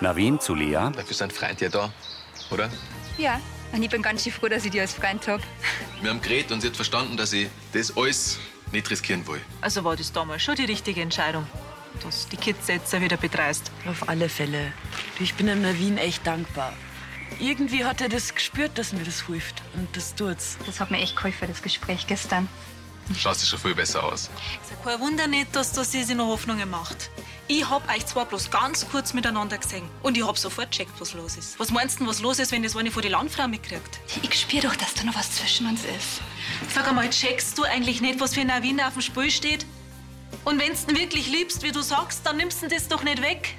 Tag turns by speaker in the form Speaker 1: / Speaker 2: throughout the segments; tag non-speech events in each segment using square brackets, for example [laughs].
Speaker 1: Navin zu Lea.
Speaker 2: Dafür sind Freunde ja da, oder?
Speaker 3: Ja, und ich bin ganz schön froh, dass ich dich als Freund hab.
Speaker 2: Wir haben geredet und sie hat verstanden, dass ich das alles nicht riskieren will.
Speaker 4: Also war das damals schon die richtige Entscheidung, dass die Kids jetzt wieder betreist.
Speaker 5: Auf alle Fälle. Du, Ich bin dem Navin echt dankbar. Irgendwie hat er das gespürt, dass mir das hilft. Und das tut's.
Speaker 3: Das hat mir echt geholfen, das Gespräch gestern.
Speaker 2: Schaust du schon viel besser aus.
Speaker 6: Also Kein Wunder nicht, dass das sie sich noch Hoffnungen macht. Ich hab euch zwar bloß ganz kurz miteinander gesehen und ich hab sofort gecheckt, was los ist. Was meinst du, denn, was los ist, wenn das eine von den Landfrauen mitkriegt?
Speaker 3: Ich spür doch, dass da noch was zwischen uns ist.
Speaker 6: Sag einmal, checkst du eigentlich nicht, was für ein Navin auf dem Spiel steht? Und wenn's ihn wirklich liebst, wie du sagst, dann nimmst du das doch nicht weg.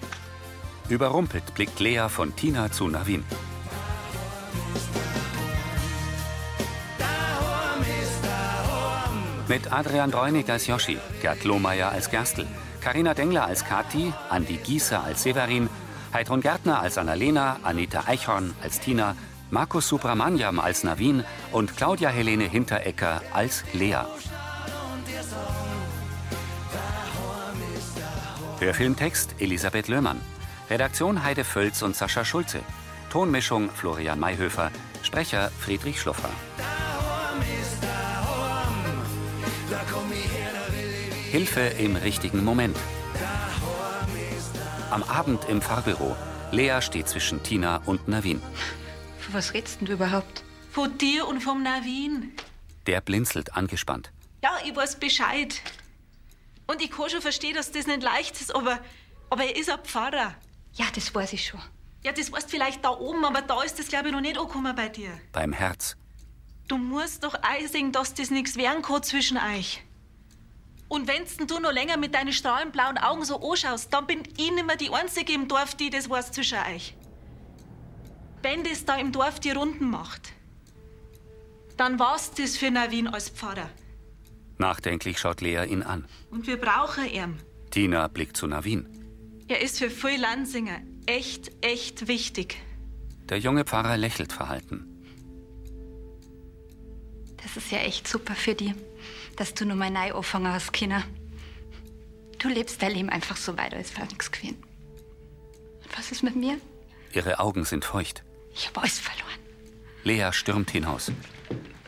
Speaker 1: Überrumpelt blickt Lea von Tina zu Navin. Mit Adrian Reunig als Joschi, Gerd Lohmeier als Gerstl, Karina Dengler als Kathi, Andi Gieser als Severin, Heidrun Gärtner als Annalena, Anita Eichhorn als Tina, Markus Subramaniam als Navin und Claudia Helene Hinterecker als Lea. Hörfilmtext Elisabeth Löhmann. Redaktion Heide Völz und Sascha Schulze. Tonmischung Florian Mayhöfer. Sprecher Friedrich Schloffer. Hilfe im richtigen Moment. Am Abend im Fahrbüro. Lea steht zwischen Tina und Navin.
Speaker 3: Von was redst denn du überhaupt?
Speaker 6: Von dir und vom Navin.
Speaker 1: Der blinzelt angespannt.
Speaker 6: Ja, ich weiß Bescheid. Und ich kann schon verstehen, dass das nicht leicht ist, aber, aber er ist ein Pfarrer.
Speaker 3: Ja, das weiß ich schon.
Speaker 6: Ja, das weißt vielleicht da oben, aber da ist das, glaube ich, noch nicht angekommen bei dir.
Speaker 1: Beim Herz.
Speaker 6: Du musst doch einsehen, dass das nichts werden kann zwischen euch. Und wenn's denn du noch länger mit deinen strahlend blauen Augen so anschaust, dann bin ich nimmer die Einzige im Dorf, die das weiß zwischen euch. Wenn das da im Dorf die Runden macht, dann war's das für Navin als Pfarrer.
Speaker 1: Nachdenklich schaut Lea ihn an.
Speaker 6: Und wir brauchen ihn.
Speaker 1: Tina blickt zu Navin.
Speaker 6: Er ist für viele Lansinger echt, echt wichtig.
Speaker 1: Der junge Pfarrer lächelt verhalten.
Speaker 3: Das ist ja echt super für dich, dass du nur mal neu anfangen hast, Kinder. Du lebst dein Leben einfach so weiter, als wäre nichts gewesen. Und was ist mit mir?
Speaker 1: Ihre Augen sind feucht.
Speaker 3: Ich habe alles verloren.
Speaker 1: Lea stürmt hinaus.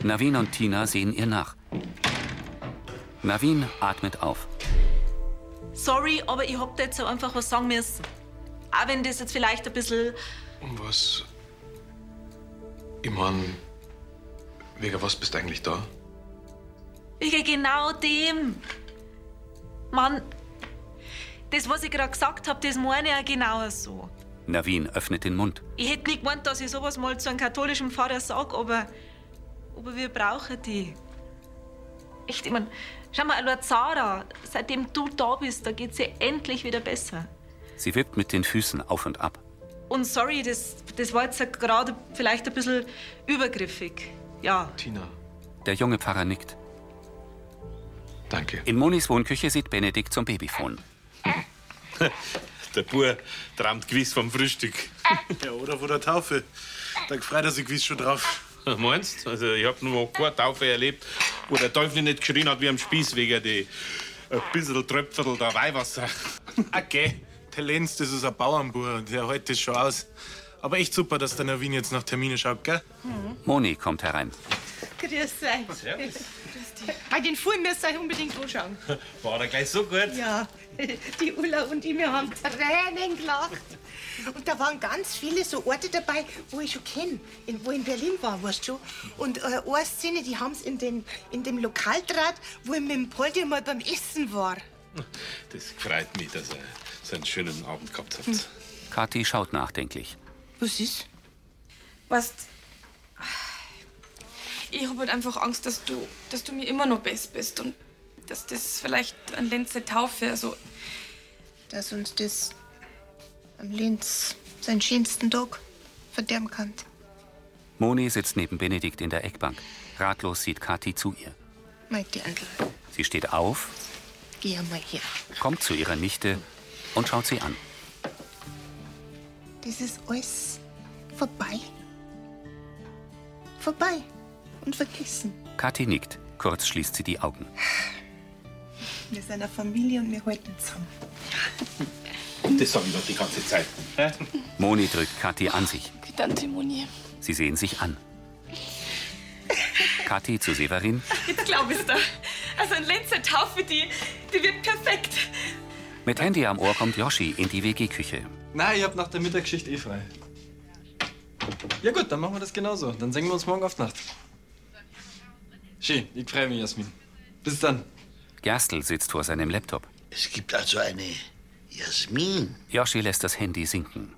Speaker 1: Navin und Tina sehen ihr nach. Navin atmet auf.
Speaker 6: Sorry, aber ich hab da jetzt auch einfach was sagen müssen. Auch wenn das jetzt vielleicht ein bisschen.
Speaker 2: Und was. Ich mein. Wegen was bist du eigentlich da?
Speaker 6: Wegen genau dem. Mann, das, was ich gerade gesagt hab, das meine ich auch genau so.
Speaker 1: Navin öffnet den Mund.
Speaker 6: Ich hätte nicht gemeint, dass ich sowas mal zu einem katholischen Pfarrer sage, aber, aber wir brauchen die. Echt, ich mein, schau mal, allein Zara, seitdem du da bist, da geht's ihr endlich wieder besser.
Speaker 1: Sie wippt mit den Füßen auf und ab.
Speaker 6: Und sorry, das, das war jetzt gerade vielleicht ein bisschen übergriffig. Ja,
Speaker 2: Tina,
Speaker 1: Der junge Pfarrer nickt.
Speaker 2: danke.
Speaker 1: In Monis Wohnküche sieht Benedikt zum Babyfon.
Speaker 7: [laughs] Der Bub träumt gewiss vom Frühstück.
Speaker 8: [laughs] Ja, oder von der Taufe. Da freut er sich gewiss schon drauf.
Speaker 7: Meinst Also, ich hab noch keine Taufe erlebt, wo der Teufel nicht geschrien hat wie am Spieß wegen die äh, ein bisschen Tröpferl da Weihwasser.
Speaker 8: [laughs] Okay. Der Lenz, das ist ein Bauernbauer und der hält das schon aus. Aber echt super, dass der Navin jetzt nach Termine schaut, gell?
Speaker 1: Moni kommt herein.
Speaker 9: Grüß euch. Bei den Fuhren müsst ihr euch unbedingt anschauen.
Speaker 7: [laughs] War er gleich so gut?
Speaker 9: Ja, [laughs] die Ulla und ich, wir haben Tränen gelacht. Und da waren ganz viele so Orte dabei, wo ich schon kenne, in, wo in Berlin war, weißt du schon. Und äh, eine Szene, die haben es in, den- in dem Lokaldraht, wo ich mit dem Poldi mal beim Essen war.
Speaker 7: Das freut mich, dass ihr so einen schönen Abend gehabt habt.
Speaker 1: Kathi schaut nachdenklich.
Speaker 9: Was ist?
Speaker 10: Weißt, ich habe halt einfach Angst, dass du, dass du mir immer noch best bist und dass das vielleicht ein Lenze Taufe, also
Speaker 9: Dass uns das am Linz seinen schönsten Tag verderben kann.
Speaker 1: Moni sitzt neben Benedikt in der Eckbank. Ratlos sieht Kathi zu ihr.
Speaker 9: Mein Dirndl,
Speaker 1: Sie steht auf,
Speaker 9: geh mal her.
Speaker 1: kommt zu ihrer Nichte und schaut sie an.
Speaker 9: Das ist alles vorbei. Vorbei und vergessen.
Speaker 1: Kathi nickt. Kurz schließt sie die Augen.
Speaker 9: Wir sind eine Familie und wir halten zusammen.
Speaker 7: Das sag ich doch die ganze Zeit.
Speaker 1: Moni drückt Kathi an sich.
Speaker 11: Die Tante Moni.
Speaker 1: Sie sehen sich an. Kathi zu Severin.
Speaker 11: [laughs] Jetzt glaub ich's da. Also ein Lenzer Taufe, die, die wird perfekt.
Speaker 1: Mit Handy am Ohr kommt Yoshi in die WG-Küche.
Speaker 12: Nein, ich hab nach der Mittagsschicht eh frei. Ja gut, dann machen wir das genauso. Dann singen wir uns morgen auf die Nacht. Schön, ich freue mich, Jasmin. Bis dann.
Speaker 1: Gerstl sitzt vor seinem Laptop.
Speaker 13: Es gibt also eine Jasmin.
Speaker 1: Yoshi lässt das Handy sinken.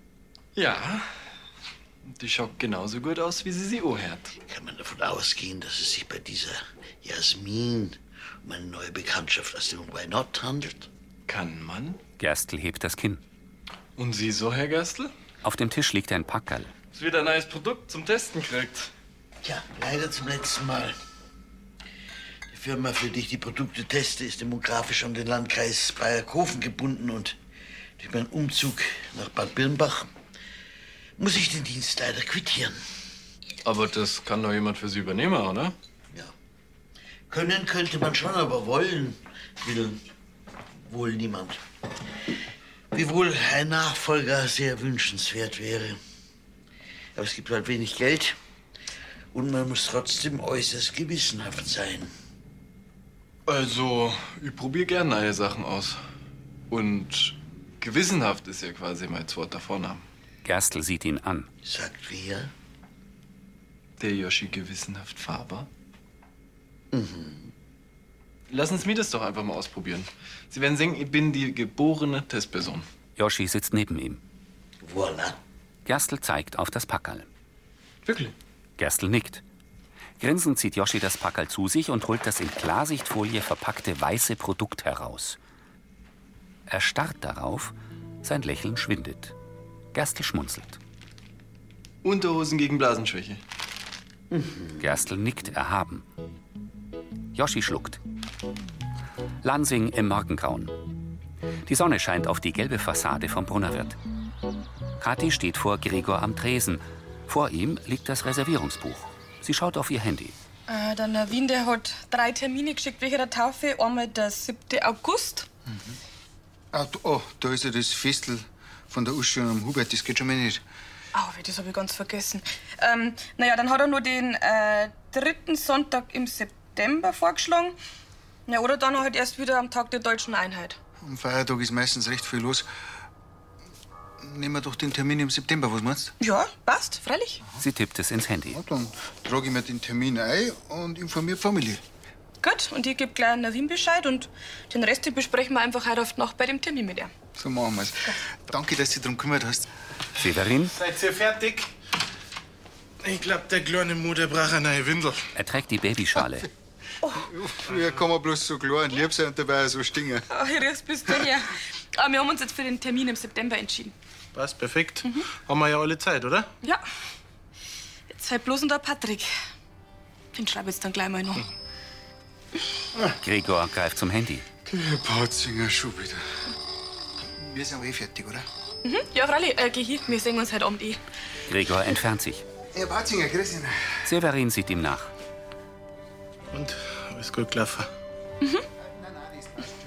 Speaker 12: Ja, die schaut genauso gut aus, wie sie sie anhört.
Speaker 13: Kann man davon ausgehen, dass es sich bei dieser Jasmin um eine neue Bekanntschaft aus dem Why Not handelt?
Speaker 12: Kann man?
Speaker 1: Gerstl hebt das Kinn.
Speaker 12: Und Sie so, Herr Gerstl?
Speaker 1: Auf dem Tisch liegt ein Packerl.
Speaker 12: Es wird ein neues Produkt zum Testen gekriegt.
Speaker 13: Ja, leider zum letzten Mal. Die Firma, für die ich die Produkte teste, ist demografisch an den Landkreis Bayerkofen gebunden und durch meinen Umzug nach Bad Birnbach muss ich den Dienst leider quittieren.
Speaker 12: Aber das kann doch jemand für Sie übernehmen, oder?
Speaker 13: Können könnte man schon, aber wollen will wohl niemand. Wiewohl ein Nachfolger sehr wünschenswert wäre. Aber es gibt halt wenig Geld und man muss trotzdem äußerst gewissenhaft sein.
Speaker 12: Also, ich probiere gern neue Sachen aus. Und gewissenhaft ist ja quasi mein zweiter Vorname.
Speaker 1: Gerstl sieht ihn an.
Speaker 13: Sagt wer?
Speaker 12: Der Yoshi gewissenhaft Faber.
Speaker 13: Mhm.
Speaker 12: Lassen Sie mir das doch einfach mal ausprobieren. Sie werden sehen, ich bin die geborene Testperson.
Speaker 1: Yoshi sitzt neben ihm.
Speaker 13: Voila.
Speaker 1: Gerstl zeigt auf das Packerl.
Speaker 12: Wirklich?
Speaker 1: Gerstl nickt. Grinsend zieht Yoshi das Packerl zu sich und holt das in Klarsichtfolie verpackte weiße Produkt heraus. Er starrt darauf, sein Lächeln schwindet. Gerstl schmunzelt.
Speaker 12: Unterhosen gegen Blasenschwäche.
Speaker 1: Gerstl nickt erhaben. Yoshi schluckt. Lansing im Morgengrauen. Die Sonne scheint auf die gelbe Fassade vom Brunnerwirt. Kathi steht vor Gregor am Tresen. Vor ihm liegt das Reservierungsbuch. Sie schaut auf ihr Handy.
Speaker 14: Äh, der Navin, der hat drei Termine geschickt wegen der Taufe. Einmal der 7. August.
Speaker 15: Ah, d- oh, da ist ja das Festel von der Uschi und dem Hubert, das geht schon mal nicht.
Speaker 14: Au, weh, das habe ich ganz vergessen. Ähm, naja, dann hat er nur den äh, dritten Sonntag im September vorgeschlagen. Ja, oder dann halt erst wieder am Tag der deutschen Einheit.
Speaker 15: Am Feiertag ist meistens recht viel los. Nehmen wir doch den Termin im September, was meinst
Speaker 14: Ja, passt, freilich.
Speaker 1: Sie tippt es ins Handy.
Speaker 15: du? Dann trage ich mir den Termin ein und informiere die Familie.
Speaker 14: Gut, und ich gebe gleich Navin Bescheid und den Rest den besprechen wir einfach heute auf die Nacht bei dem Termin mit ihr.
Speaker 15: So machen wir's. Danke, dass du dich darum gekümmert hast.
Speaker 1: Severin,
Speaker 8: Seid ihr fertig? Ich glaub, der kleine Mutter braucht eine neue Windel.
Speaker 1: er trägt die Babyschale.
Speaker 15: Früher kann man bloß so klar und lieb sein und dabei so stingen.
Speaker 14: Ah, ich riech's bis [laughs] daher. Aber Ah, wir haben uns jetzt für den Termin im September entschieden.
Speaker 8: Passt perfekt. Haben wir ja alle Zeit, oder?
Speaker 14: Ja. Jetzt halt bloß unter Patrick. Den schreibe ich jetzt dann gleich mal noch.
Speaker 1: Gregor greift zum Handy.
Speaker 15: Der Patzinger schon wieder. Wir sind aber eh fertig, oder?
Speaker 14: Mhm. Ja, freilich, äh, geh hin. Wir sehen uns heute Abend eh.
Speaker 1: Gregor entfernt sich.
Speaker 15: Herr Patzinger, grüß dich.
Speaker 1: Severin sieht ihm nach.
Speaker 8: Und alles gut gelaufen.
Speaker 14: Mhm.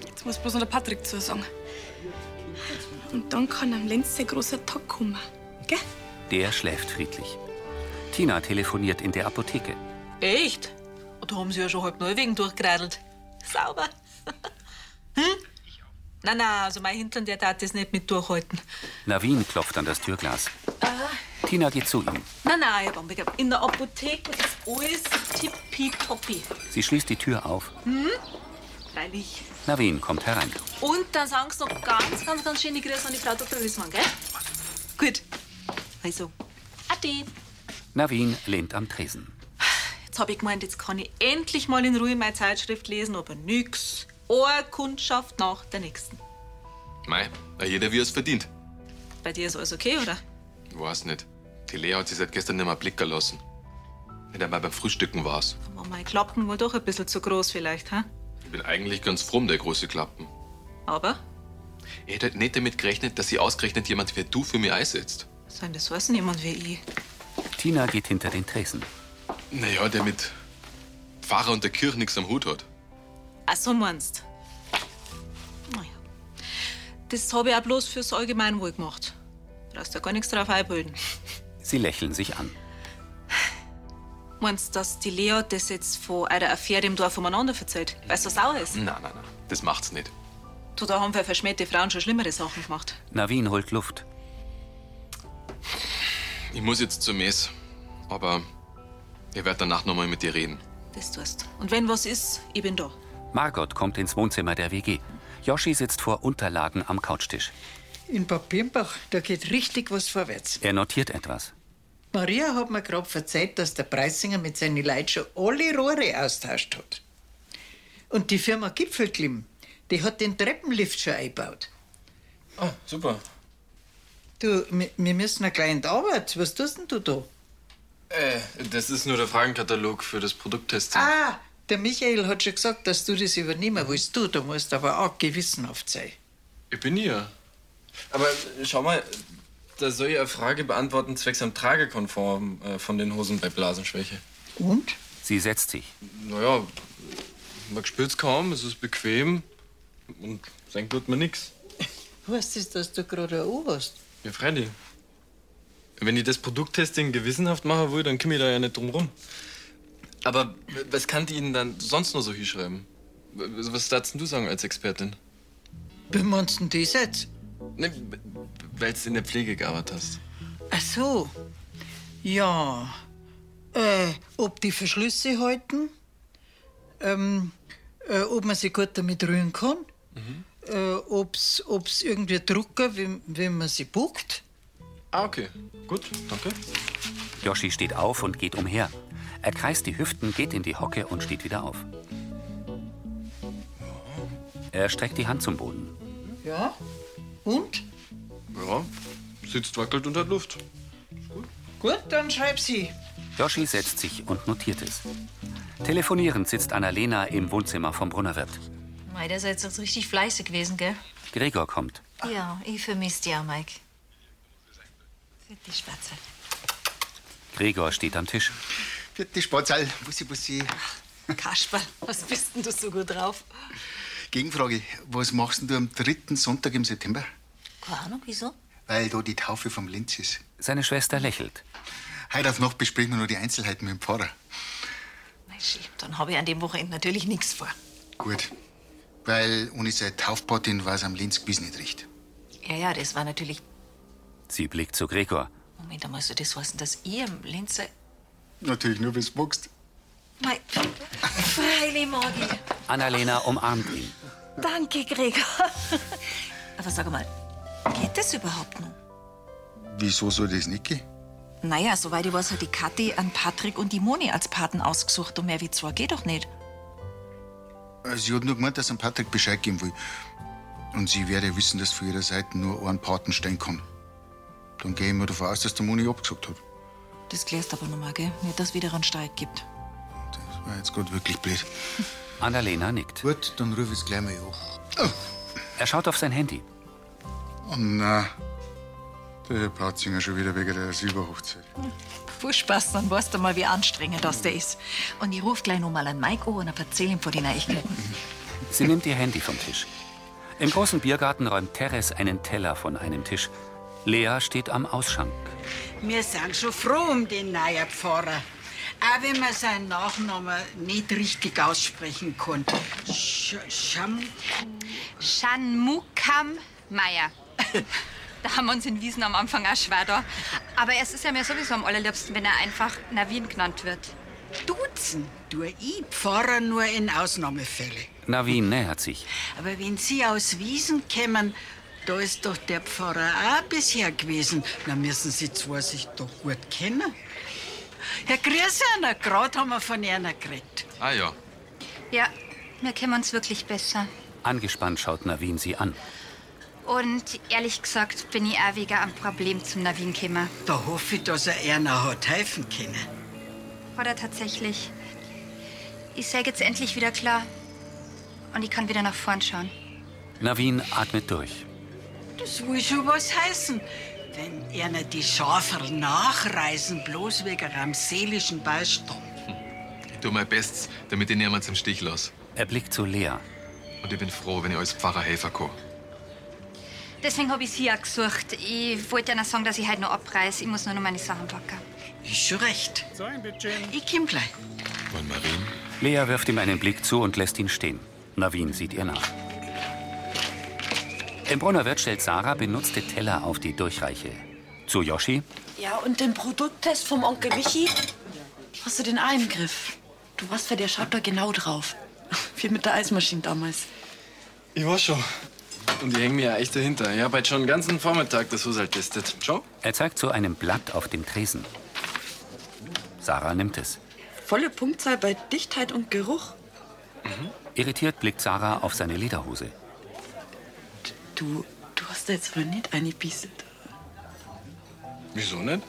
Speaker 14: Jetzt muss bloß noch der Patrick zusagen. Und dann kann am Lenz ein großer Tag kommen. Gell?
Speaker 1: Der schläft friedlich. Tina telefoniert in der Apotheke.
Speaker 6: Echt? Da haben sie ja schon halb Norwegen durchgeradelt. Sauber. [laughs] hm? Na, na, also mein Hintern, der darf das nicht mit durchhalten.
Speaker 1: Navin klopft an das Türglas. Tina geht zu ihm.
Speaker 6: Na, na, ich habe in der Apotheke ist alles tippitoppi.
Speaker 1: Sie schließt die Tür auf.
Speaker 6: Hm? Freilich.
Speaker 1: Navin kommt herein.
Speaker 6: Und dann sagen sie noch ganz, ganz, ganz schöne Grüße an die Frau Dr. Wiesmann, gell? Gut. Also, ade.
Speaker 1: Navin lehnt am Tresen.
Speaker 6: Jetzt habe ich gemeint, jetzt kann ich endlich mal in Ruhe meine Zeitschrift lesen, aber nix. Ohrkundschaft nach der nächsten.
Speaker 16: Mei, na jeder wie er es verdient.
Speaker 6: Bei dir ist alles okay, oder?
Speaker 16: Weiß nicht. Die Lea hat sich seit gestern nicht mehr blicken lassen. Nicht einmal beim Frühstücken war's.
Speaker 6: Aber mein Klappen war doch ein bisschen zu groß vielleicht, ha?
Speaker 16: Ich bin eigentlich ganz fromm, der große Klappen.
Speaker 6: Aber,
Speaker 16: Ich hätte nicht damit gerechnet, dass sie ausgerechnet jemand wie du für mich einsetzt.
Speaker 6: was soll denn das heißen, jemand wie ich?
Speaker 1: Tina geht hinter den Tresen.
Speaker 16: Naja, der mit Pfarrer und der Kirche nichts am Hut hat.
Speaker 6: Ach so, meinst. Naja.
Speaker 4: Das habe ich auch bloß fürs Allgemeinwohl gemacht. Brauchst ja gar nichts drauf einbilden.
Speaker 1: Sie lächeln sich an.
Speaker 4: Meinst du, dass die Lea das jetzt von einer Affäre im Dorf umeinander erzählt? Weißt du, was sauer ist?
Speaker 16: Nein, nein, nein. Das macht's nicht.
Speaker 4: Du, da haben wir verschmähte Frauen schon schlimmere Sachen gemacht.
Speaker 1: Navin holt Luft.
Speaker 16: Ich muss jetzt zur Mess, aber ich werde danach nochmal mit dir reden.
Speaker 4: Das tust. Und wenn was ist, ich bin da.
Speaker 1: Margot kommt ins Wohnzimmer der WG. Yoshi sitzt vor Unterlagen am Couchtisch.
Speaker 17: In Bad Birnbach, da geht richtig was vorwärts.
Speaker 1: Er notiert etwas.
Speaker 17: Maria hat mir gerade verzeiht, dass der Preisinger mit seinen Leuten schon alle Rohre austauscht hat. Und die Firma Gipfelklim, die hat den Treppenlift schon eingebaut.
Speaker 12: Ah, super.
Speaker 17: Du, mi- wir müssen ja gleich in die Arbeit. Was tust denn du da?
Speaker 12: Äh, das ist nur der Fragenkatalog für das Produkttesting.
Speaker 17: Ah, der Michael hat schon gesagt, dass du das übernehmen willst. Du, du musst aber auch gewissenhaft sein.
Speaker 12: Ich bin hier. Aber äh, schau mal, da soll ich eine Frage beantworten zwecks am Tragekonform äh, von den Hosen bei Blasenschwäche.
Speaker 17: Und?
Speaker 1: Sie setzt sich.
Speaker 12: Naja, man spürt's kaum, es ist bequem und senkt wird mir nix.
Speaker 17: Weißt du, dass du gerade auch hast?
Speaker 12: Ja, Freddy. Wenn ich das Produkttesting gewissenhaft machen will, dann komme ich da ja nicht drum rum. Aber w- was kann die Ihnen dann sonst noch so hinschreiben? W- Was darfst du sagen als Expertin?
Speaker 17: Wie meinst du das jetzt?
Speaker 12: Ne, weil du in der Pflege gearbeitet hast.
Speaker 17: Ach so. Ja. Äh, ob die Verschlüsse halten? Ähm, äh, ob man sie gut damit rühren kann? Äh, ob es irgendwie drucken, wenn, wenn man sie buckt?
Speaker 12: Ah, okay. Gut, danke.
Speaker 1: Yoshi steht auf und geht umher. Er kreist die Hüften, geht in die Hocke und steht wieder auf. Er streckt die Hand zum Boden.
Speaker 17: Ja. Und?
Speaker 12: Ja, sitzt wackelt und hat Luft.
Speaker 17: Gut, dann schreib sie.
Speaker 1: Yoshi setzt sich und notiert es. Telefonierend sitzt Annalena im Wohnzimmer vom Brunnerwirt.
Speaker 18: Mei, der seid jetzt richtig fleißig gewesen, gell?
Speaker 1: Gregor kommt.
Speaker 18: Ja, ich vermisse dich auch, Mike. Für die Spatze.
Speaker 1: Gregor steht am Tisch.
Speaker 15: Vierte Sportsaal, Bussi Bussi.
Speaker 18: Kasperl, was bist denn du so gut drauf?
Speaker 15: Gegenfrage, was machst denn du am dritten Sonntag im September?
Speaker 18: Keine Ahnung, wieso?
Speaker 15: Weil da die Taufe vom Linz ist.
Speaker 1: Seine Schwester lächelt.
Speaker 15: Heute auf Nacht besprechen wir noch die Einzelheiten mit dem Pfarrer.
Speaker 18: Mei, Schi, Dann habe ich an dem Wochenende natürlich nichts vor.
Speaker 15: Gut. Weil ohne seine Taufpatin war es am Linz gewiss nicht recht.
Speaker 18: Ja, ja, das war natürlich.
Speaker 1: Sie blickt zu Gregor.
Speaker 18: Moment einmal, so das heißen, dass ihr im Linzer.
Speaker 15: Natürlich nur, bis wächst.
Speaker 18: Mei, freilich, Morgi.
Speaker 1: Annalena umarmt ihn.
Speaker 18: Danke, Gregor. Aber sag mal, geht das überhaupt noch?
Speaker 15: Wieso soll das nicht gehen?
Speaker 18: Naja, soweit ich weiß, hat die Kathi an Patrick und die Moni als Paten ausgesucht. Und mehr wie zwei geht doch nicht.
Speaker 15: Sie hat Also nur gemeint, dass ein Patrick Bescheid geben will. Und sie werde wissen, dass von ihrer Seite nur ein Patenstein kann. Dann gehe ich mal davon aus, dass der Moni abgesagt hat.
Speaker 18: Das klärst aber nochmal, gell? Nicht, dass es wieder einen Streik gibt.
Speaker 15: Das war jetzt gerade wirklich blöd.
Speaker 1: Annalena nickt.
Speaker 15: Gut, dann ruf ich gleich mal an.
Speaker 1: Er schaut auf sein Handy.
Speaker 15: Oh nein. Der Platzinger schon wieder wegen der Silberhochzeit.
Speaker 18: Viel Spaß, dann weißt du mal, wie anstrengend das der ist. Und ich ruf gleich noch mal an Mike an und erzähl ihm von den Neuigkeiten.
Speaker 1: Sie nimmt ihr Handy vom Tisch. Im großen Biergarten räumt Teres einen Teller von einem Tisch. Lea steht am Ausschank.
Speaker 19: Wir sind schon froh um den neuen Pfarrer. Auch wenn man seinen Nachnamen nicht richtig aussprechen kann. Sch Scham
Speaker 3: Shanmukam Meier. Da haben wir uns in Wiesen am Anfang auch schwer da. Aber es ist ja mir sowieso am allerliebsten, wenn er einfach Navin genannt wird.
Speaker 19: duzen tue ich Pfarrer nur in Ausnahmefällen.
Speaker 1: Navin nähert sich.
Speaker 19: Aber wenn Sie aus Wiesen kämen, da ist doch der Pfarrer auch bisher gewesen. Na müssen Sie zwei sich doch gut kennen. Herr Griesener, gerade haben wir von einer geredet.
Speaker 16: Ah ja.
Speaker 3: Ja, wir kennen uns wirklich besser.
Speaker 1: Angespannt schaut Navin sie an.
Speaker 3: Und ehrlich gesagt bin ich auch wegen einem Problem zum Navin gekommen.
Speaker 19: Da hoffe ich, dass er einer hat helfen können.
Speaker 3: Oder tatsächlich. Ich sehe jetzt endlich wieder klar. Und ich kann wieder nach vorn schauen.
Speaker 1: Navin atmet durch.
Speaker 19: Das will schon was heißen. Wenn einer die Schaferl nachreisen, bloß wegen einem seelischen Beistand.
Speaker 16: Ich tue mein Bestes, damit ich niemand im Stich lasse.
Speaker 1: Er blickt zu Lea.
Speaker 16: Und ich bin froh, wenn ich als Pfarrer helfen kann.
Speaker 3: Deswegen habe ich sie ja gesucht. Ich wollte ja sagen, dass ich heute noch abreise. Ich muss nur noch meine Sachen packen.
Speaker 19: Ist schon recht. Ich komm gleich.
Speaker 1: Lea wirft ihm einen Blick zu und lässt ihn stehen. Navin sieht ihr nach. Im Brunnerwirt stellt Sarah benutzte Teller auf die Durchreiche. Zu Yoshi.
Speaker 5: Ja, und den Produkttest vom Onkel Michi? Hast du den auch im Griff? Du weißt, wer der schaut da genau drauf. [laughs] Wie mit der Eismaschine damals.
Speaker 12: Ich war schon. Und die hängen mir ja echt dahinter. Ich habe heute schon den ganzen Vormittag das Husal testet. Schau.
Speaker 1: Er zeigt zu einem Blatt auf dem Tresen. Sarah nimmt es.
Speaker 5: Volle Punktzahl bei Dichtheit und Geruch.
Speaker 1: Irritiert blickt Sarah auf seine Lederhose.
Speaker 5: Du, du hast da jetzt wohl nicht eingebieselt.
Speaker 12: Wieso nicht?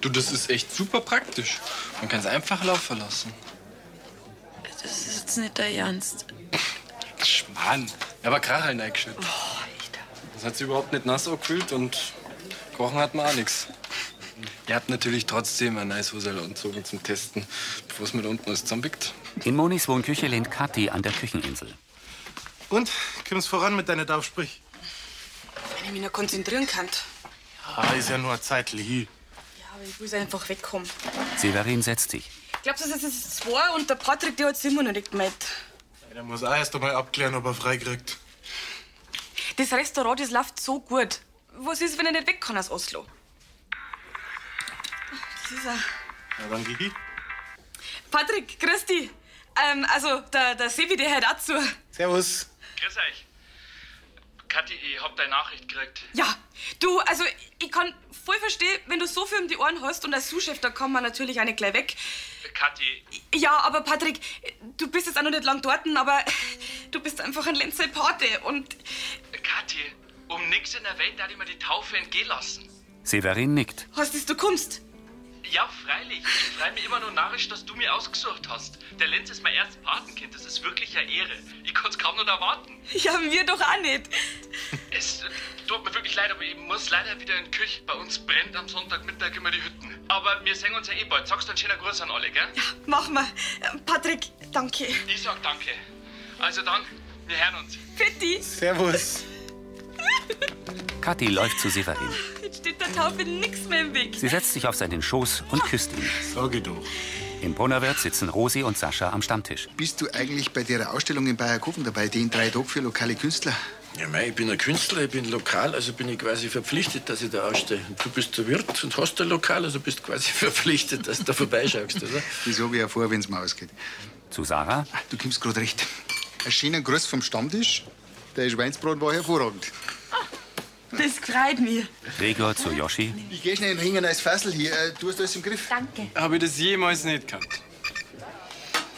Speaker 12: Du, das ist echt super praktisch. Man kann es einfach laufen lassen.
Speaker 5: Das ist jetzt nicht dein Ernst.
Speaker 12: Schmarrn. Ja, aber Kracheln eingeschüttet. Das hat sie überhaupt nicht nass gekühlt und gerochen hat man auch nichts. Ihr habt natürlich trotzdem ein nice Husel anzogen zum Testen, bevor es mit unten alles zusammenpickt.
Speaker 1: In Monis Wohnküche lehnt Kathi an der Kücheninsel.
Speaker 8: Und, kommst voran mit deiner Taufsprich?
Speaker 14: Wenn ich mich noch konzentrieren kann.
Speaker 8: Ah, ist ja nur ein Zeitl hier.
Speaker 14: Ja, aber ich muss einfach wegkommen.
Speaker 1: Severin setzt sich.
Speaker 14: Glaubst du, das ist zwei und der Patrick, der hat es immer noch nicht gemeldet.
Speaker 8: Der muss auch erst einmal abklären, ob er freikriegt.
Speaker 14: Das Restaurant, das läuft so gut. Was ist, wenn er nicht weg kann aus Oslo? Das ist ein...
Speaker 8: Na dann geh ich.
Speaker 14: Patrick, grüß dich. Ähm, also, der, der Sebi, der hört auch zu.
Speaker 8: Servus.
Speaker 20: Grüß euch. Kathi, ich hab deine Nachricht gekriegt.
Speaker 14: Ja, du, also, ich kann voll verstehen, wenn du so viel um die Ohren hast und als Sous-Chef, da kann man natürlich auch nicht gleich weg.
Speaker 20: Kathi,
Speaker 14: Ja, aber Patrick, du bist jetzt auch noch nicht lang dort, aber du bist einfach ein Lenzel Pate und
Speaker 20: Kathi, um nix in der Welt hat ich mir die Taufe entgehen lassen.
Speaker 1: Severin nickt.
Speaker 14: hast es, du kommst.
Speaker 20: Ja, freilich. Ich freue mich immer nur narrisch, dass du mir ausgesucht hast. Der Lenz ist mein erstes Patenkind. Das ist wirklich eine Ehre. Ich konnte es kaum noch erwarten.
Speaker 14: Ja, mir doch auch nicht.
Speaker 20: Es äh, tut mir wirklich leid, aber ich muss leider wieder in die Küche. Bei uns brennt am Sonntagmittag immer die Hütten. Aber wir sehen uns ja eh bald. Sagst du einen schönen Gruß an alle, gell?
Speaker 14: Mach mal. Patrick, danke.
Speaker 20: Ich sag danke. Also dann, wir hören uns.
Speaker 14: Fitti.
Speaker 8: Servus.
Speaker 1: Kathi läuft zu Severin.
Speaker 14: Jetzt steht der Taufe nix mehr im Weg.
Speaker 1: Sie setzt sich auf seinen Schoß und küsst ihn.
Speaker 8: Sorge doch.
Speaker 1: Im Brunnerwirt sitzen Rosi und Sascha am Stammtisch.
Speaker 21: Bist du eigentlich bei der Ausstellung in Bayerkofen dabei, die in drei Tagen für lokale Künstler?
Speaker 22: Ja, mei, ich bin ein Künstler, ich bin lokal, also bin ich quasi verpflichtet, dass ich da ausstehe. Und du bist der Wirt und hast ein Lokal, also bist quasi [laughs] verpflichtet, dass du da vorbeischaust, oder?
Speaker 21: Das habe ich ja vor, wenn es mir ausgeht.
Speaker 1: Zu Sarah?
Speaker 21: Du kommst gerade recht. Ein schöner Gruß vom Stammtisch. Der Schweinsbraten war hervorragend.
Speaker 5: Ah, Das freut mich.
Speaker 1: Gregor zu Yoshi.
Speaker 21: Ich geh schnell hängen als Fassel hier. Äh, Du hast alles im Griff. Danke.
Speaker 12: Habe ich das jemals nicht gehabt.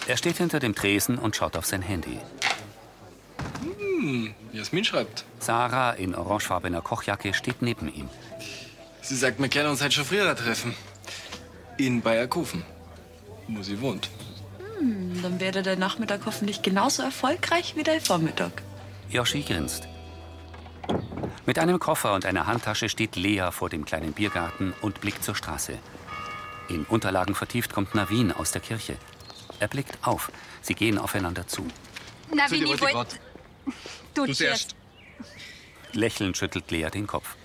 Speaker 1: Er steht hinter dem Tresen und schaut auf sein Handy.
Speaker 12: Hm, Jasmin schreibt.
Speaker 1: Sarah in orangefarbener Kochjacke steht neben ihm.
Speaker 12: Sie sagt, wir können uns halt schon früher treffen. In Bayerkofen, wo sie wohnt.
Speaker 5: Hm, dann wäre der Nachmittag hoffentlich genauso erfolgreich wie der Vormittag.
Speaker 1: Yoshi grinst. Mit einem Koffer und einer Handtasche steht Lea vor dem kleinen Biergarten und blickt zur Straße. In Unterlagen vertieft kommt Navin aus der Kirche. Er blickt auf. Sie gehen aufeinander zu.
Speaker 3: Na, wie nie wollt. Du, zuerst.
Speaker 1: Lächelnd schüttelt Lea den Kopf.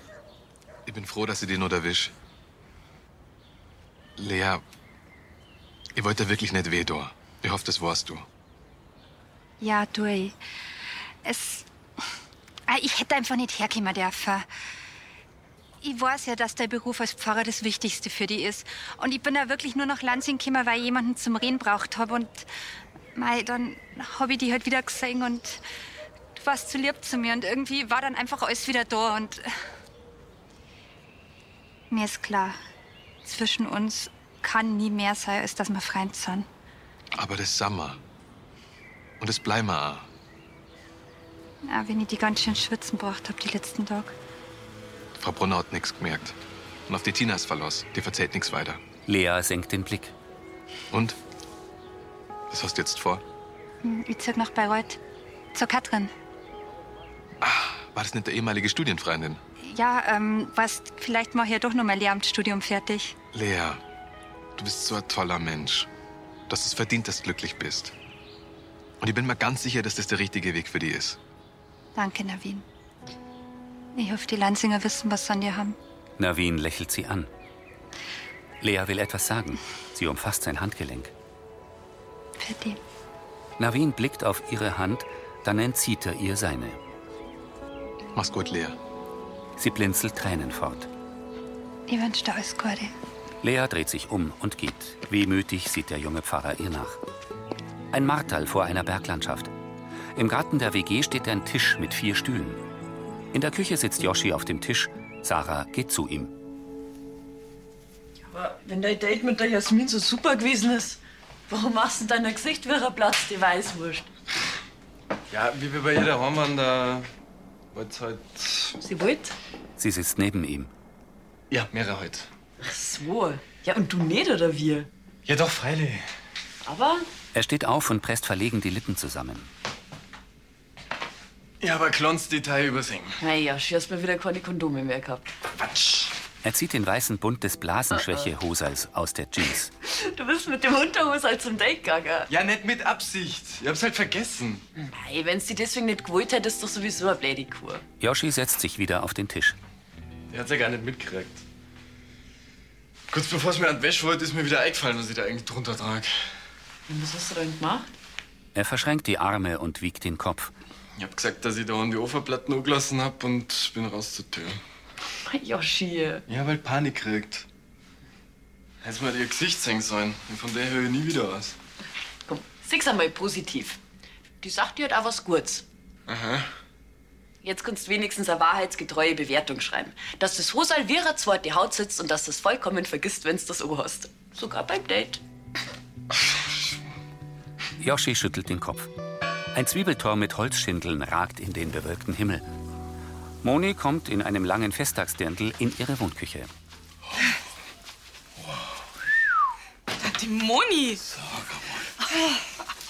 Speaker 16: Ich bin froh, dass ich dich noch erwisch. Lea, ich wollte dir wirklich nicht weh, da. Ich hoffe, das warst du.
Speaker 3: Ja, du. ey. Es. Ah, Ich hätte einfach nicht herkommen dürfen. Ich weiß ja, dass der Beruf als Pfarrer das Wichtigste für die ist. Und ich bin da wirklich nur nach Lansing gekommen, weil ich jemanden zum Reden braucht habe. Und mei, dann habe ich die halt wieder gesehen und du warst zu lieb zu mir. Und irgendwie war dann einfach alles wieder da. Und äh, mir ist klar, zwischen uns kann nie mehr sein, als dass wir Freund sind.
Speaker 16: Aber das Sommer. Und das bleiben wir auch.
Speaker 3: Ah, wenn ich die ganz schön schwitzen braucht habe, die letzten Tage.
Speaker 16: Frau Brunner hat nichts gemerkt. Und auf die Tina ist verlass. Die verzählt nichts weiter.
Speaker 1: Lea senkt den Blick.
Speaker 16: Und? Was hast du jetzt vor?
Speaker 3: Hm, Ich zog nach Bayreuth. Zur Katrin.
Speaker 16: War das nicht der ehemalige Studienfreundin?
Speaker 3: Ja, ähm, weißt, vielleicht mache ich ja doch noch mein Lehramtsstudium fertig.
Speaker 16: Lea, du bist so ein toller Mensch. Du hast es verdient, dass du glücklich bist. Und ich bin mir ganz sicher, dass das der richtige Weg für dich ist.
Speaker 3: Danke, Navin. Ich hoffe, die Lanzinger wissen, was sie an dir haben.
Speaker 1: Navin lächelt sie an. Lea will etwas sagen. Sie umfasst sein Handgelenk.
Speaker 3: Bitte.
Speaker 1: Navin blickt auf ihre Hand, dann entzieht er ihr seine. Mach's gut, Lea. Sie blinzelt Tränen fort.
Speaker 3: Ich wünsche dir alles Gute.
Speaker 1: Lea dreht sich um und geht. Wehmütig sieht der junge Pfarrer ihr nach. Ein Martal vor einer Berglandschaft. Im Garten der WG steht ein Tisch mit vier Stühlen. In der Küche sitzt Yoshi auf dem Tisch. Sarah geht zu ihm.
Speaker 5: Aber wenn dein Date mit der Jasmin so super gewesen ist, warum machst du dein Gesicht wirrer Platz, die Weißwurst?
Speaker 12: Ja, wie wir bei jeder Horn waren, da wollt's halt.
Speaker 5: Sie wollt?
Speaker 1: Sie sitzt neben ihm.
Speaker 12: Ja, mehrere heute.
Speaker 5: Ach so. Ja, und du nicht, oder wir?
Speaker 12: Ja, doch, freilich.
Speaker 5: Aber?
Speaker 1: Er steht auf und presst verlegen die Lippen zusammen.
Speaker 12: Ja, aber Klons Detail übersingen.
Speaker 5: Naja, ich hast mir wieder keine Kondome mehr gehabt.
Speaker 12: Quatsch.
Speaker 1: Er zieht den weißen Bund des Blasenschwäche-Hosals aus der Jeans.
Speaker 5: Du bist mit dem Unterhose halt zum Date gegangen.
Speaker 12: Ja, nicht mit Absicht. Ich hab's halt vergessen.
Speaker 5: Nein, wenn's dir deswegen nicht gewollt hätte, ist doch sowieso eine blöde Kur.
Speaker 1: Yoshi setzt sich wieder auf den Tisch.
Speaker 12: Der hat's ja gar nicht mitgekriegt. Kurz bevor es mir an die Wäsche wollte, ist mir wieder eingefallen, was ich da eigentlich drunter trage.
Speaker 5: Und was hast du denn gemacht?
Speaker 1: Er verschränkt die Arme und wiegt den Kopf.
Speaker 12: Ich hab gesagt, dass ich da an die Ofenplatten angelassen hab und bin raus zur Tür.
Speaker 5: Yoshi.
Speaker 12: Ja, weil Panik kriegt. Hätt's mal halt ihr Gesicht sehen sollen. Und Von der höre ich nie wieder was.
Speaker 5: Sieh's einmal positiv. Die sagt dir halt auch was Gutes.
Speaker 12: Aha.
Speaker 5: Jetzt kannst du wenigstens eine wahrheitsgetreue Bewertung schreiben. Dass das Hosal wirrer zwar die Haut sitzt und dass du es vollkommen vergisst, wenn's das O hast. Sogar beim Date.
Speaker 1: Yoshi schüttelt den Kopf. Ein Zwiebeltor mit Holzschindeln ragt in den bewölkten Himmel. Moni kommt in einem langen Festtagsdirndl in ihre Wohnküche.
Speaker 10: Die Moni.
Speaker 9: Ah,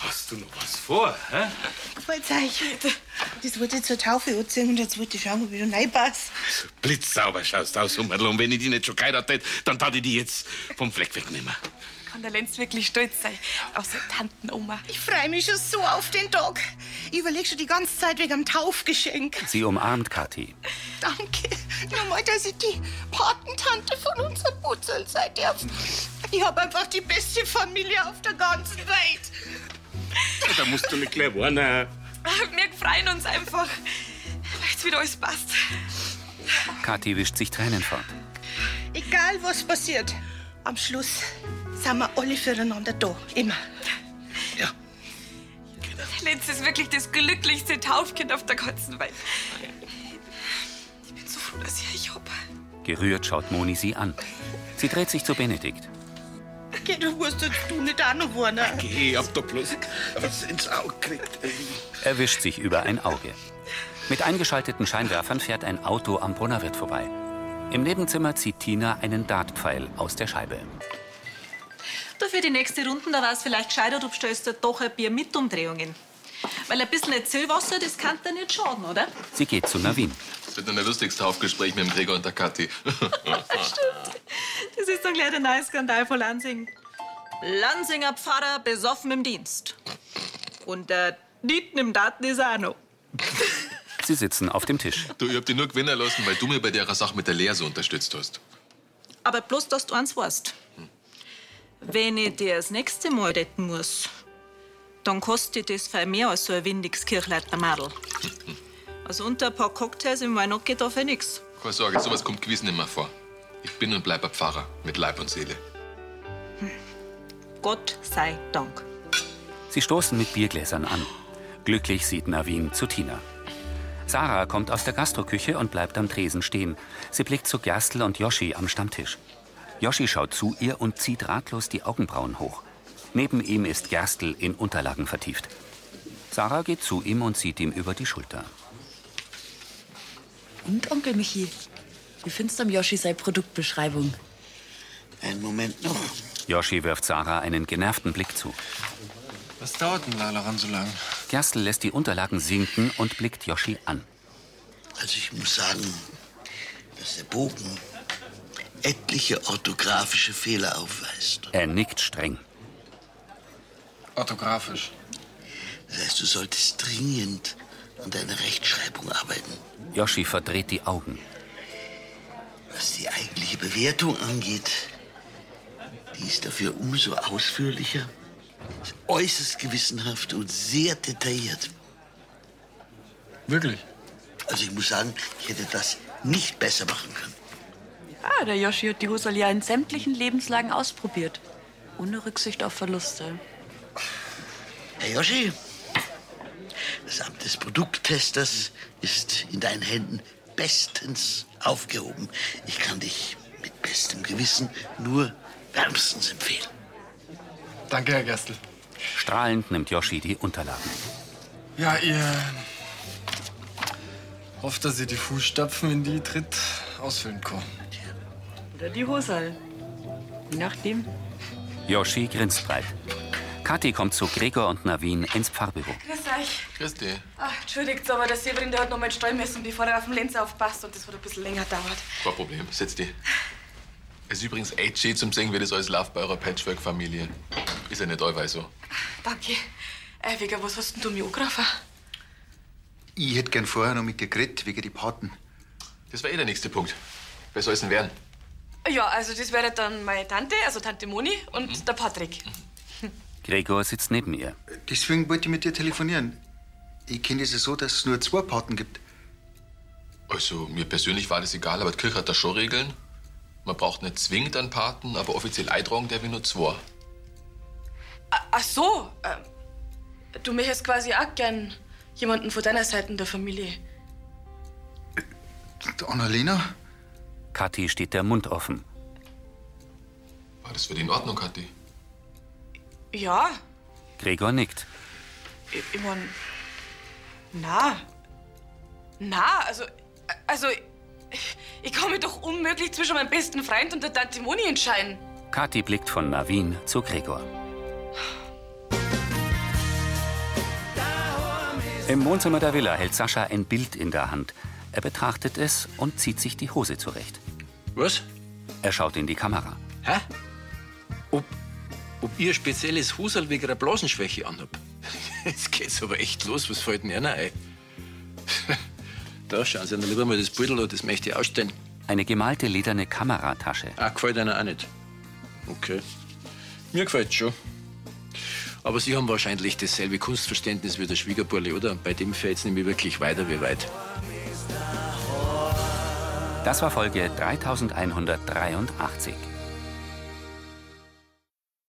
Speaker 7: Hast du noch was vor, hä?
Speaker 9: Gefällt's euch? Das wollte zur Taufe anziehen und jetzt wollte ich schauen, ob ich da reinpasse.
Speaker 7: Blitzsauber schaust aus, Hummerl. Und wenn ich die nicht schon geheiratet hätte, dann tat ich die jetzt vom Fleck wegnehmen.
Speaker 10: Kann der Lenz wirklich stolz sein auf seine Tantenoma?
Speaker 9: Ich freue mich schon so auf den Tag. Ich überlege schon die ganze Zeit wegen dem Taufgeschenk.
Speaker 1: Sie umarmt Kathi.
Speaker 9: Danke. Nur mal, dass ich die Patentante von unserem Putzel sein darf. Ich habe einfach die beste Familie auf der ganzen Welt.
Speaker 7: Da musst du nicht gleich warnen.
Speaker 10: Wir freuen uns einfach, weil jetzt wieder alles passt.
Speaker 1: Kathi wischt sich Tränen fort.
Speaker 9: Egal, was passiert. Am Schluss sind wir alle füreinander da. Immer.
Speaker 10: Der Lenz ist wirklich das glücklichste Taufkind auf der ganzen Welt. Ich bin so froh, dass ich euch hab.
Speaker 1: Gerührt schaut Moni sie an. Sie dreht sich zu Benedikt.
Speaker 9: Geh, du musst jetzt du nicht auch noch wohnen.
Speaker 7: Geh, ich hab doch
Speaker 9: [laughs]
Speaker 7: bloß
Speaker 9: was ins Auge gekriegt.
Speaker 1: Er wischt sich über ein Auge. Mit eingeschalteten Scheinwerfern fährt ein Auto am Brunnerwirt vorbei. Im Nebenzimmer zieht Tina einen Dartpfeil aus der Scheibe.
Speaker 4: Du, für die nächste Runde, da war es vielleicht gescheiter, du bestellst dir doch ein Bier mit Umdrehungen. Weil ein bisschen Erzählwasser, das kann dir nicht schaden, oder?
Speaker 1: Sie geht zu Navin.
Speaker 12: Das wird dann der lustigste Hauptgespräch mit dem Gregor und der Kathi.
Speaker 4: Das ist dann gleich der neue Skandal von Lansing. Lansinger Pfarrer besoffen im Dienst. Und der Nieten im Daten ist er auch noch.
Speaker 1: [laughs] Sie sitzen auf dem Tisch.
Speaker 12: Du, ich hab dich nur gewinnen lassen, weil du mir bei der Sache mit der Lea so unterstützt hast.
Speaker 4: Aber bloß, dass du eins weißt. Wenn ich dir das nächste Mal retten muss, dann kostet das viel mehr als so ein windiges Kirchleitner Madel. Also unter ein paar Cocktails im Weihnacht geht da für nix.
Speaker 12: Keine Sorge, sowas kommt gewiss nicht mehr vor. Ich bin und bleib ein Pfarrer. Mit Leib und Seele.
Speaker 4: Gott sei Dank.
Speaker 1: Sie stoßen mit Biergläsern an. Glücklich sieht Navin zu Tina. Sarah kommt aus der Gastroküche und bleibt am Tresen stehen. Sie blickt zu Gerstl und Yoshi am Stammtisch. Yoshi schaut zu ihr und zieht ratlos die Augenbrauen hoch. Neben ihm ist Gerstl in Unterlagen vertieft. Sarah geht zu ihm und sieht ihm über die Schulter.
Speaker 5: Und Onkel Michi, wie findest du am Yoshi seine Produktbeschreibung?
Speaker 13: Einen Moment
Speaker 5: Oh.
Speaker 13: noch.
Speaker 1: Yoshi wirft Sarah einen genervten Blick zu.
Speaker 12: Was dauert denn Lalaran so lang?
Speaker 1: Gerstl lässt die Unterlagen sinken und blickt Yoshi an.
Speaker 13: Also ich muss sagen, dass der Bogen etliche orthografische Fehler aufweist.
Speaker 1: Er nickt streng.
Speaker 12: Orthografisch.
Speaker 13: Das heißt, du solltest dringend und deine Rechtschreibung arbeiten.
Speaker 1: Yoshi verdreht die Augen.
Speaker 13: Was die eigentliche Bewertung angeht, die ist dafür umso ausführlicher, ist äußerst gewissenhaft und sehr detailliert.
Speaker 12: Wirklich?
Speaker 13: Also ich muss sagen, ich hätte das nicht besser machen können.
Speaker 5: Ja, Ah, der Yoshi hat die Husserl ja in sämtlichen Lebenslagen ausprobiert. Ohne Rücksicht auf Verluste.
Speaker 13: Herr Joschi, das Amt des Produkttesters ist in deinen Händen bestens aufgehoben. Ich kann dich mit bestem Gewissen nur wärmstens empfehlen.
Speaker 12: Danke, Herr Gerstl.
Speaker 1: Strahlend nimmt Yoshi die Unterlagen.
Speaker 12: Ja, ihr hofft, dass ihr die Fußstapfen, in die ihr tritt, ausfüllen kann.
Speaker 5: Oder die Husserl. Je nachdem.
Speaker 1: Yoshi grinst breit. Kathi kommt zu Gregor und Navin ins Pfarrbüro.
Speaker 14: Grüß euch.
Speaker 12: Grüß dich.
Speaker 14: Ach, entschuldigt, aber der Severin, der hat noch mal Stall müssen, bevor er auf dem Lenz aufpasst und das hat ein bisschen länger dauert.
Speaker 16: Kein Problem, setz
Speaker 12: [laughs]
Speaker 16: dich. Es ist übrigens echt schön zum Singen, wie das alles läuft bei eurer Patchwork-Familie. Ist ja nicht allweil so.
Speaker 14: Danke. Äh, Vega, was hast denn du mir angerufen?
Speaker 15: Ich hätte gern vorher noch mit dir geredet, wegen die Paten.
Speaker 16: Das war eh der nächste Punkt. Wer soll es denn werden?
Speaker 14: Ja, also das wäre dann meine Tante, also Tante Moni und der Patrick.
Speaker 1: Gregor sitzt neben ihr.
Speaker 15: Deswegen wollte ich mit dir telefonieren. Ich kenne es ja so, dass es nur zwei Paten gibt.
Speaker 16: Also, mir persönlich war das egal, aber die Kirche hat da schon Regeln. Man braucht nicht zwingend einen Paten, aber offiziell eintragen darf ich nur zwei.
Speaker 14: A- Ach so, ähm, du möchtest quasi auch gern jemanden von deiner Seite der Familie.
Speaker 1: Die Annalena? Kathi steht der Mund offen.
Speaker 16: War das für die in Ordnung, Kathi?
Speaker 14: Ja,
Speaker 1: Gregor nickt.
Speaker 14: ich, ich mein, na, na, also, also, ich- ich kann mich doch unmöglich zwischen meinem besten Freund und der Tante Moni entscheiden.
Speaker 1: Kathi blickt von Navin zu Gregor. Im Wohnzimmer der Villa hält Sascha ein Bild in der Hand. Er betrachtet es und zieht sich die Hose zurecht.
Speaker 22: Was?
Speaker 1: Er schaut in die Kamera.
Speaker 22: Hä? Ob, ob ich ein spezielles Husal wegen der Blasenschwäche anhab? [laughs] Jetzt geht's aber echt los, was fällt denn einer ein? [laughs] da, schauen Sie mir lieber mal das Beutel an, das möchte ich ausstellen.
Speaker 1: Eine gemalte lederne Kameratasche.
Speaker 22: Ah, gefällt einer auch nicht. Okay. Mir gefällt's schon. Aber Sie haben wahrscheinlich dasselbe Kunstverständnis wie der Schwiegerburli, oder? Bei dem fällt's nämlich wirklich weiter wie weit.
Speaker 1: Das war Folge 3183.